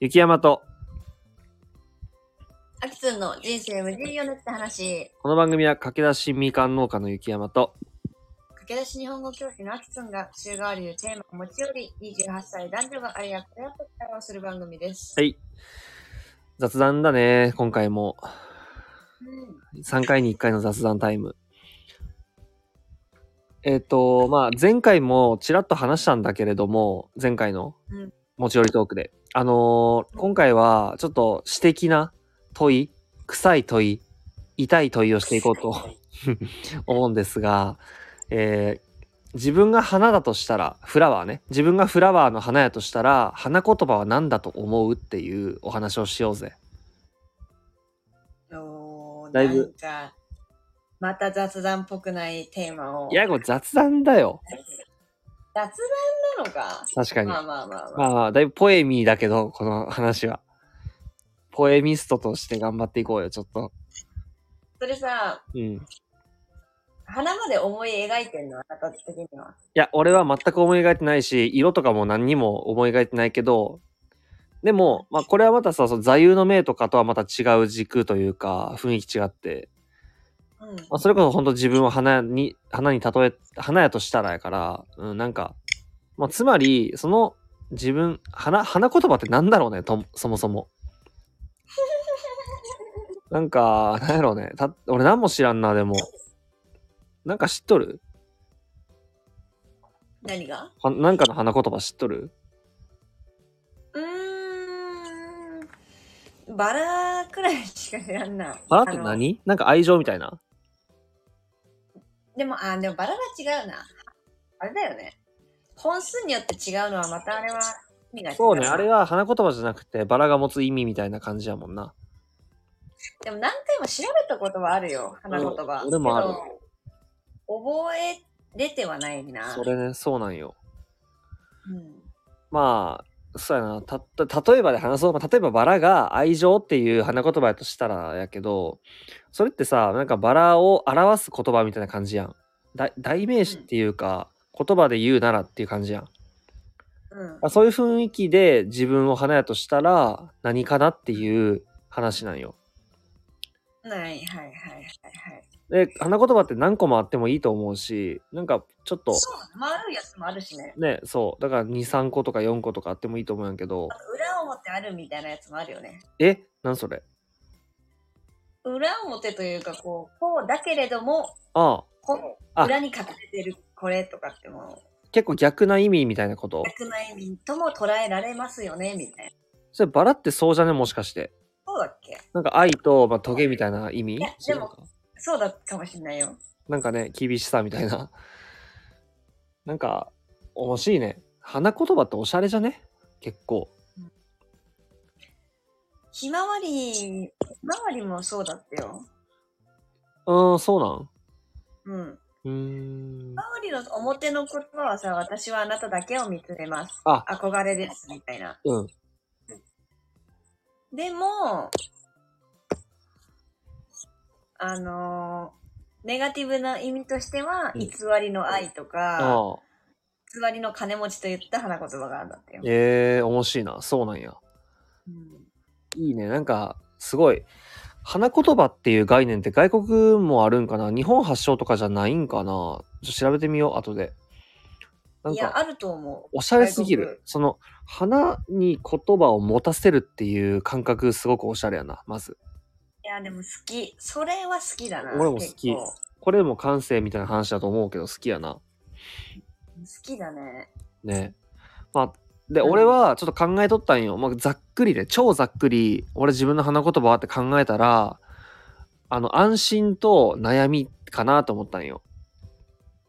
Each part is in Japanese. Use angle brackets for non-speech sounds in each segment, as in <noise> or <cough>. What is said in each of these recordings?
雪山と、アキくんの人生無人よねって話。この番組は駆け出しみかん農家の雪山と、駆け出し日本語教師のアキくんが週替わりでテーマを持ち寄り、28歳男女があれやこれやと会話をする番組です。はい。雑談だね、今回も。うん3回に1回の雑談タイム。えっ、と、まあ、前回もちらっと話したんだけれども、前回のうん持ち寄りトークで。あのー今回はちょっと私的な問い、臭い問い、痛い問いをしていこうと思うんですが、えー自分が花だとしたら、フラワーね。自分がフラワーの花やとしたら、花言葉は何だと思うっていうお話をしようぜ。おーだいぶなんか、また雑談っぽくないテーマを。いや、これ雑談だよ。雑談なのか。確かにま。あまあまあまあ。まあまあ、だいぶポエミーだけど、この話は。ポエミストとして頑張っていこうよ、ちょっと。それさ、うん。い花まで思い描いてんのあなた的には。や、俺は全く思い描いてないし、色とかも何にも思い描いてないけど、でも、まあ、これはまたさ、その座右の銘とかとはまた違う軸というか、雰囲気違って、うん。まあ、それこそ本当自分を花に、花に例え、花やとしたらやから、うん、なんか、まあ、つまり、その自分、花、花言葉ってなんだろうね、と、そもそ <laughs> も。なんか、なんやろうね。た、俺何も知らんな、でも。なんか知っとる何がはなんかの花言葉知っとるうーん。バラくらいしか知らんな。バラってあの何なんか愛情みたいな。でも、あー、でもバラは違うな。あれだよね。本数によって違うのはまたあれは意味が違う。そうね、あれは花言葉じゃなくて、バラが持つ意味みたいな感じやもんな。でも何回も調べたことはあるよ、花言葉。うん俺もあるけど。覚えれてはないな。それね、そうなんよ。うん。まあ、そうやな。た、た例えばで話そう。まあ例えばバラが愛情っていう花言葉やとしたらやけど、それってさ、なんかバラを表す言葉みたいな感じやん。だ代名詞っていうか、言葉で言うならっていう感じやん。うん。あそういう雰囲気で自分を花やとしたら何かなっていう話なんよ。はいはいはいはいはい。で、花言葉って何個もあってもいいと思うし、なんかちょっと、そう、丸いやつもあるしね。ね、そう。だから2、3個とか4個とかあってもいいと思うんやけどあ、と裏表あるみたいなやつもあるよね。えなんそれ裏表というか、こう、こうだけれども、あこあ裏に隠れてるこれとかってもう、あ、結構逆な意味みたいなこと逆な意味とも捉えられますよね、みたいな。それバラってそうじゃねもしかして。そうだっけなんか愛と、まあ、トゲみたいな意味いやでもそうだかもしんないよ。なんかね、厳しさみたいな。 <laughs> なんか、面白いね。花言葉っておしゃれじゃね結構。ひまわり、ひまわりもそうだってよ。うーん、そうなんうん。うーんひ。まわりの表の言葉はさ、私はあなただけを見つめます。あ憧れです、みたいな。うん。でも、あのーネガティブな意味としては、うん偽りの愛とか、ああ。偽りの金持ちといった花言葉があるんだってよ。ええ面白いな。そうなんや。うんいいね。なんか、すごい。花言葉っていう概念って外国もあるんかな日本発祥とかじゃないんかなちょっと調べてみよう、後で。なんいかや、あると思う。おしゃれすぎ外る。その、花に言葉を持たせるっていう感覚、すごくおしゃれやな、まず。いや、でも好き。それは好きだな。俺も好き結構好これも感性みたいな話だと思うけど、好きやな。きだね。ね。まあ、で、うん俺はちょっと考えとったんよ。まあ、ざっくりで、超ざっくり、俺自分の花言葉はって考えたら、あの、安心と悩みかなと思ったんよ。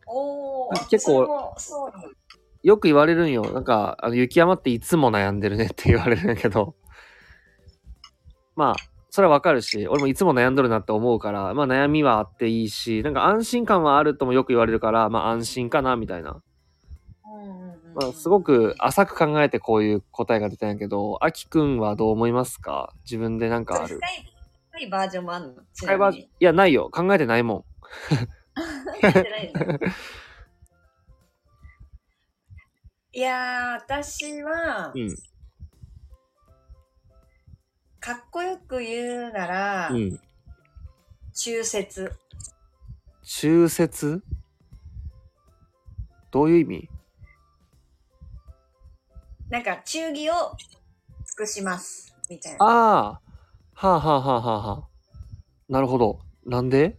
おー、結構私もそうだよく言われるんよ。なんか、あの、雪山っていつも悩んでるねって言われるんやけど。まあ、それはわかるし、俺もいつも悩んどるなって思うから、まあ悩みはあっていいし、なんか安心感はあるともよく言われるから、まあ安心かな、みたいな。うんうんうんうんまあすごく浅く考えてこういう答えが出たんやけど、あきくんはどう思いますか自分でなんかあそれる。深い深いバージョンもあるのち使ないばみいにや、ないよ。考えてないもん。やってないのいやー、私は、うん。かっこよく言うなら、うん。中節。中節どういう意味なんか、忠義を尽くします。みたいな。ああ、はあはあはあはあはあ。なるほど。なんで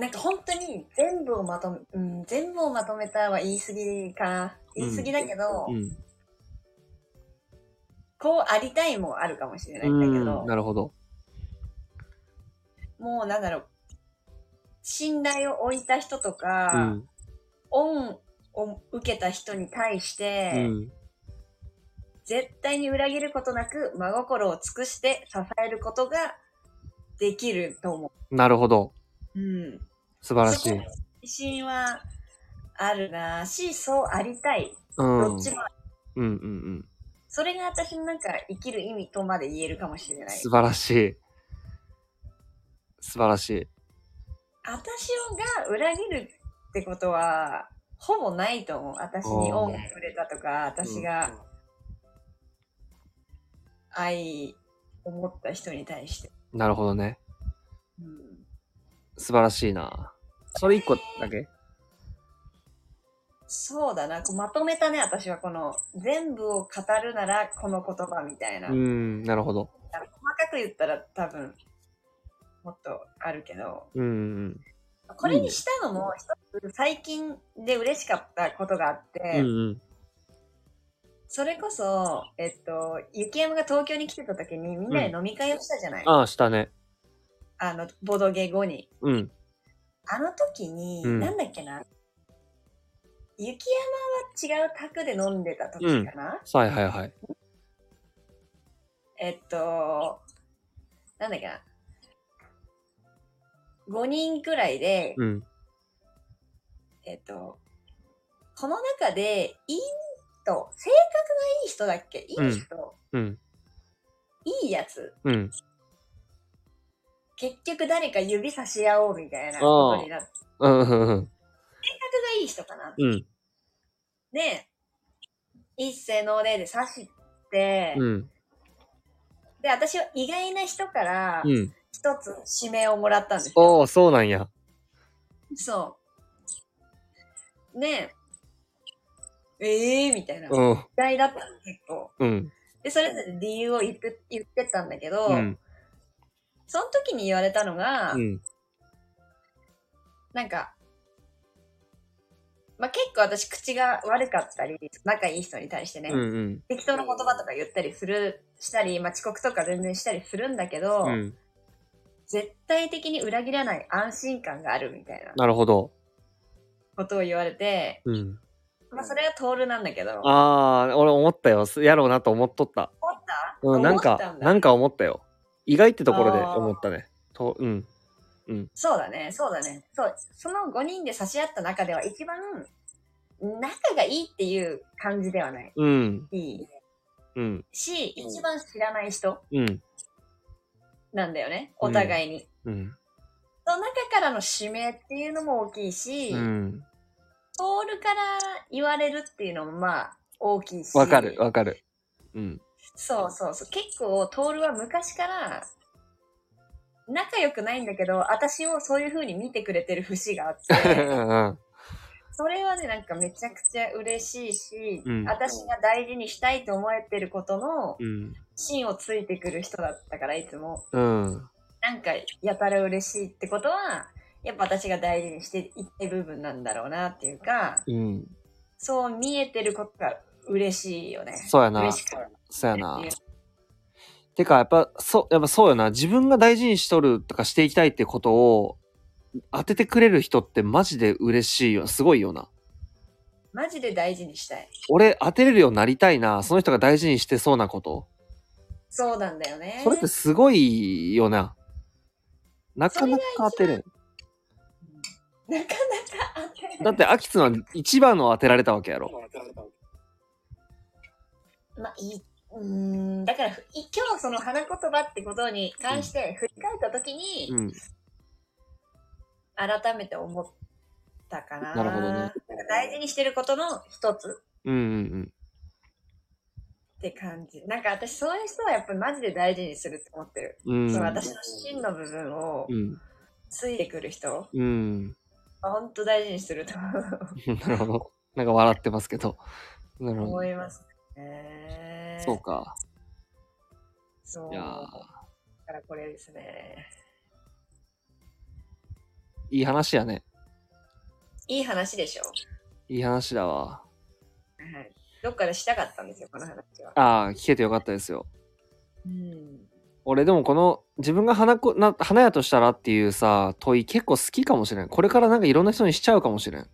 なんか本当に全部をまとめ、うん、全部をまとめたは言い過ぎかな。言い過ぎだけど、うん。こうありたいもあるかもしれないんだけうどん、、なるほど。もうなんだろう。信頼を置いた人とうか、ん。恩を受けた人に対して、うん。絶対に裏切ることなく真心を尽くして支えることができると思なるほど。う。うん。素晴らしそいこ。自信はあるなし、そうありたい。うん。うどんっちも、うんうん。それが私のなんか生きる意味とまで言えるかもしれない。素晴らしい。素晴らしい。私が裏切るってことは、ほぼないと思う。私に恩をくれたとか、私が愛を持った人に対して。なるほどね。うん素晴らしいな。それ一個だけそうだな、こうまとめたね、私はこの、全部を語るならこの言葉みたいな。う細ん、なるほど。かく言ったら多分、もっとあるけど、うんうんこれにしたのも、一つ最近で嬉しかったことがあって、うん。うんうん。それこそ、えっと、雪山が東京に来てた時にみんなで飲み会をしたじゃない、ああ、したね。あの、ボドゲ後に。うん。あの時に、うんなんだっけな、雪山は違う宅で飲んでた時かな、はいはいはい。えっと、なんだっけな。5人くらいで、うん。えっと、この中で、いい人、性格がいい人だっけいい人、うん。いいやつ、うん。結局誰か指差し合おうみたいなことになって、性うんうんうん。格がいい人かな。うん。で、一世の例で差して、うん。で、私は意外な人からうん。一つ指名をもらったんですよ。おお、そうなんや。そう。ねえ、ええみたいな。う意ん。外だったの、結構。うん。で、それぞれ理由を言って、言ってたんだけど、うん。その時に言われたのが、うん。なんか、まあ、結構私口が悪かったり、仲いい人に対してね、うん。うん。適当な言葉とか言ったりする、したり、まあ、遅刻とか全然したりするんだけど、うん。絶対的に裏切らない安心感があるみたいななるほど。ことを言われて、うん。まあ、それはトールなんだけど、思っああ、俺思ったよ。すやろうなと思っとった。たうん、なん思ったかん、だなんか思ったよ。意外ってところで思ったね。と、うん。そうだね、そうだね。そう、その5人で差し合った中では一番、仲がいいっていう感じではない。うん。いい。うん。し、一番知らない人うん。なんだよね、お互いに。うん。その中からの指名っていうのも大きいし、うん。トールから言われるっていうのもまあ、大きいし。わかる、わかる。うん。そうそうそう。結構、トールは昔から、仲良くないんだけど、私をそういう風に見てくれてる節があ <laughs> っうて、ん。それはね、なんかめちゃくちゃ嬉しいし、うん私が大事にしたいと思えてることのうん。芯をついてくる人だったから、いつも。うん。なんか、やたら嬉しいってことは、やっぱ私が大事にしていってる部分なんだろうなっていうか、うん。そう見えてることが嬉しいよね。そうやな嬉しくなるそうやなっていう。てか、やっぱ、そう、やっぱそうよな。自分が大事にしとるとかしていきたいってことを当ててくれる人ってマジで嬉しいよ。すごいよな。マジで大事にしたい。俺当てれるようになりたいな。その人が大事にしてそうなこと。そうなんだよね。それってすごいよな。なかなか当てれん。なかなか当てだって、アキツのは一番の当てられたわけやろ。まあ、いい。うーんだから、ふい今日その花言葉ってことに関して振り返ったときうに、ん。改めて思ったかな。なるほどねなんか大事にしてることの一つうんうんうん。っって感じ。なんか私、そういう人はやっぱりマジで大事にすると思ってる。うん。その私の真の部分をうん。ついてくる人、うん。 <laughs> ほんと大事にするとなるほど。なんか笑ってますけど。なるほ思ど。いますね。そうか。そう。いやーだからこれですね。いい話やね。いい話でしょいい話だわ。はい。どっかでしたかったんですよ、この話は。ああ、聞けてよかったですよ。うん。俺でもこの自分が花子な花屋としたらっていうさ問い結構好きかもしれんこれからなんかいろんな人にしちゃうかもしれん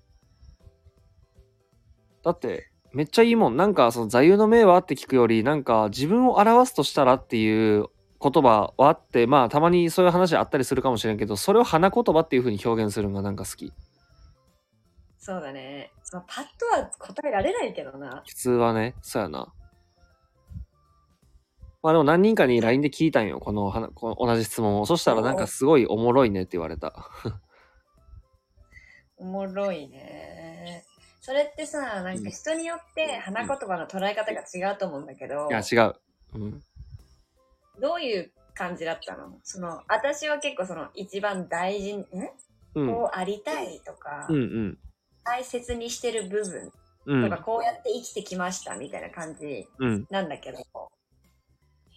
だってめっちゃいいもんなんかその座右の銘はって聞くよりなんか自分を表すとしたらっていう言葉はあってまあたまにそういう話あったりするかもしれんけどそれを花言葉っていう風に表現するのがなんか好きそうだね。まあ、パッとは答えられないけどな。普通はねそうやなまあでも何人かに LINE で聞いたんよこの花この同じ質問をそしたらなんかすごいおもろいねって言われたおもろいね。それってさ、なんか人によって花言葉の捉え方が違うと思うんだけどい、や、違う。うん。どういう感じだったのその、私は結構その一番大事に、んうん。こうありたいとか、うんうん。大切にしてる部分うとんか、。こうやって生きてきましたみたいな感じうん。なんだけど、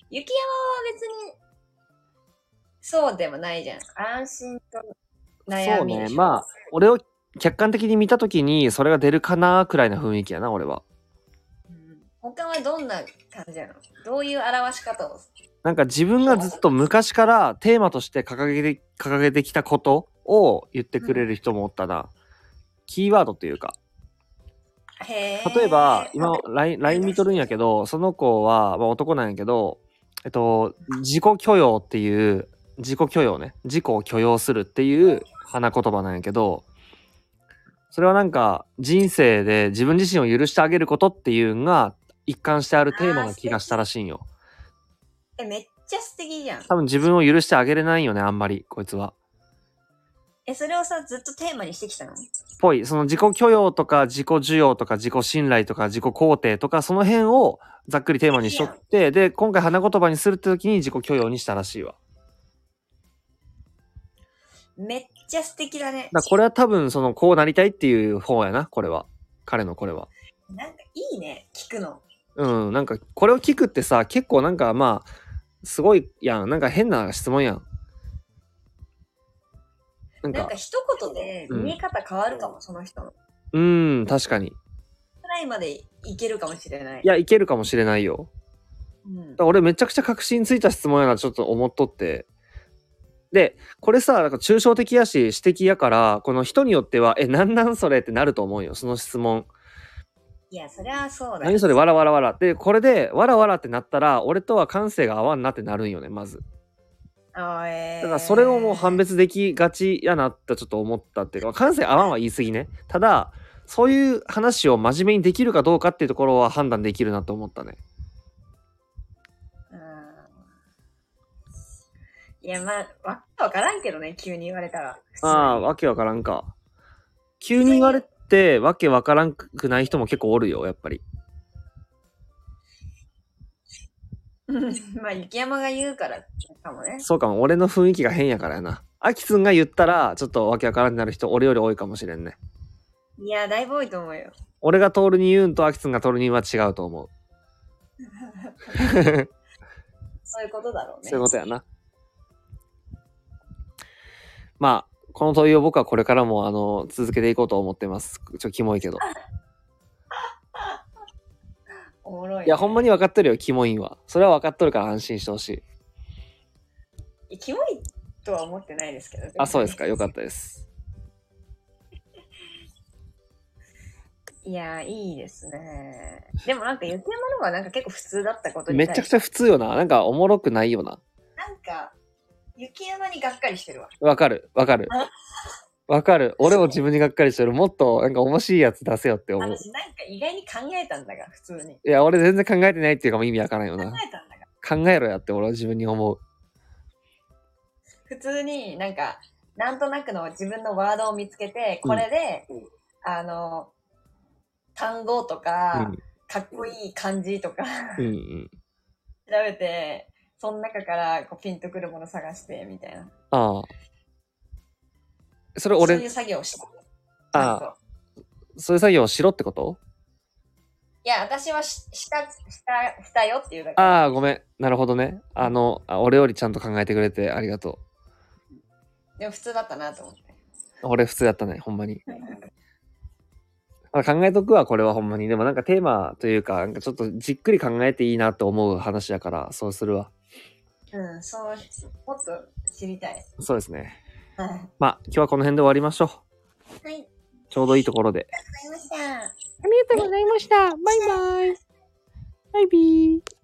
雪山は別にそうでもないじゃん。安心とそ悩うみでしょね。まあ、俺を客観的に見たときに、それが出るかな、くらいな雰囲気やな、俺は。うん他はどんな感じなのどういう表し方をなんか自分がずっと昔からテーマとして掲げて、掲げてきたことを言ってくれる人もおったな。キーワードというか。へー例えば、今、LINE LINE 見とるんやけど、その子は、まあ、男なんやけど、えっと、自己許容っていう、自己許容ね。自己を許容するっていう花言葉なんやけど、それはなんか、人生で自分自身を許してあげることっていうのが、一貫してあるテーマな気がしたらしいんよ。え、めっちゃ素敵じゃん。多分自分を許してあげれないよね、あんまり、こいつは。え、それをさ、ずっとテーマにしてきたのぽい、その自己許容とか自己需要とか自己信頼とか自己肯定とかその辺をざっくりテーマにしとって、で、今回花言葉にするって時に自己許容にしたらしいわ。めっちゃ素敵だね。だからこれは多分そのこうなりたいっていう方やな、これは。彼のこれは。なんかいいね、聞くの。うん、なんかこれを聞くってさ、結構なんかまあ、すごいやん。なんか変な質問やん。なんなかんか、一言でうん見え方変わるかも、その人の。うーん、確かに。くらいまでいけるかもしれない。いや、いけるかもしれないよ。うんだから俺めちゃくちゃ確信ついた質問やなちょっと思っとってでこれさなんか抽象的やし指摘やからこの人によっては「えなんなんそれ?」ってなると思うよその質問いや、そりゃそうだよ何それわらわらわらでこれでわらわらってなったら俺とは感性が合わんなってなるんよねまずあーえーだからそれをもう判別できがちやなってちょっと思ったっていうか感性合わんは言い過ぎねただそういう話を真面目にできるかどうかっていうところは判断できるなと思ったねうんいや、まあ、わわからんけどね、急に言われたら。ああ、わけわからんか。急に言われて、わけわからんくない人も結構おるよ、やっぱり。うん <laughs> まあ、雪山が言うからかもね。そうかも、俺の雰囲気が変やからやな。あきつんが言ったら、ちょっとわけわからんくなる人、俺より多いかもしれんね。いや、だいぶ多いと思うよ。俺がトールに言うんと、あきつんがトールに言うんは違うと思う。そういうことだろうね。そういうことやな。まあ、この問いを僕はこれからも、あの、続けていこうと思ってます。ちょ、キモいけど。おもろい、ね。いや、ほんまに分かっとるよ、キモいんは。それは分かっとるから安心してほしい。いやキモいとは思ってないですけど。あ、そうですか。よかっったです。た。いや、いいですね。でもなんか雪山の方がなんか結構普通だったことにめ対ちゃくしちてゃ普通よな。なんか、おもろくないよな。なんか、雪山にがっかりしてるわ。わかる、わかるあ。わかる。俺も自分にがっかりしてる。もっと、なんか面白いやつ出せよって思う。私なんか意外に考えたんだが、普通に。いや、俺全然考えてないっていうかもう意味わからんよ考な。えたんだが。考えろやって俺は自分に思う。普通になんか、なんとなくの自分のワードを見つけて、これで、うんあの、単語とか、うん考かっこいい感じとかうんうん。調べて、その中からこうピンとくるもの探してみたいな。ああ。それそう俺、いう作業をした。あちゃあ、んとそういう作業をしろってこといや、私はしした、した、したよっていうだけ。ああ、ごめん。なるほどね。あの、あ俺よりちゃんと考えてくれてありがとでも普通だったなと思って。う。俺普通やったね、ほんまに。まあ、考えとくわ、これはほんまに。でもなんかテーマというか、なんかちょっとじっくり考えていいなと思う話やから、そうするわ。うん、そう、もっと知りたい。そうですね。はい。はい。ありまあ、今日はこの辺で終わりましょう。がとうございちょうどいいところで。ました。ありがとうございました。バイバイ。バイビー。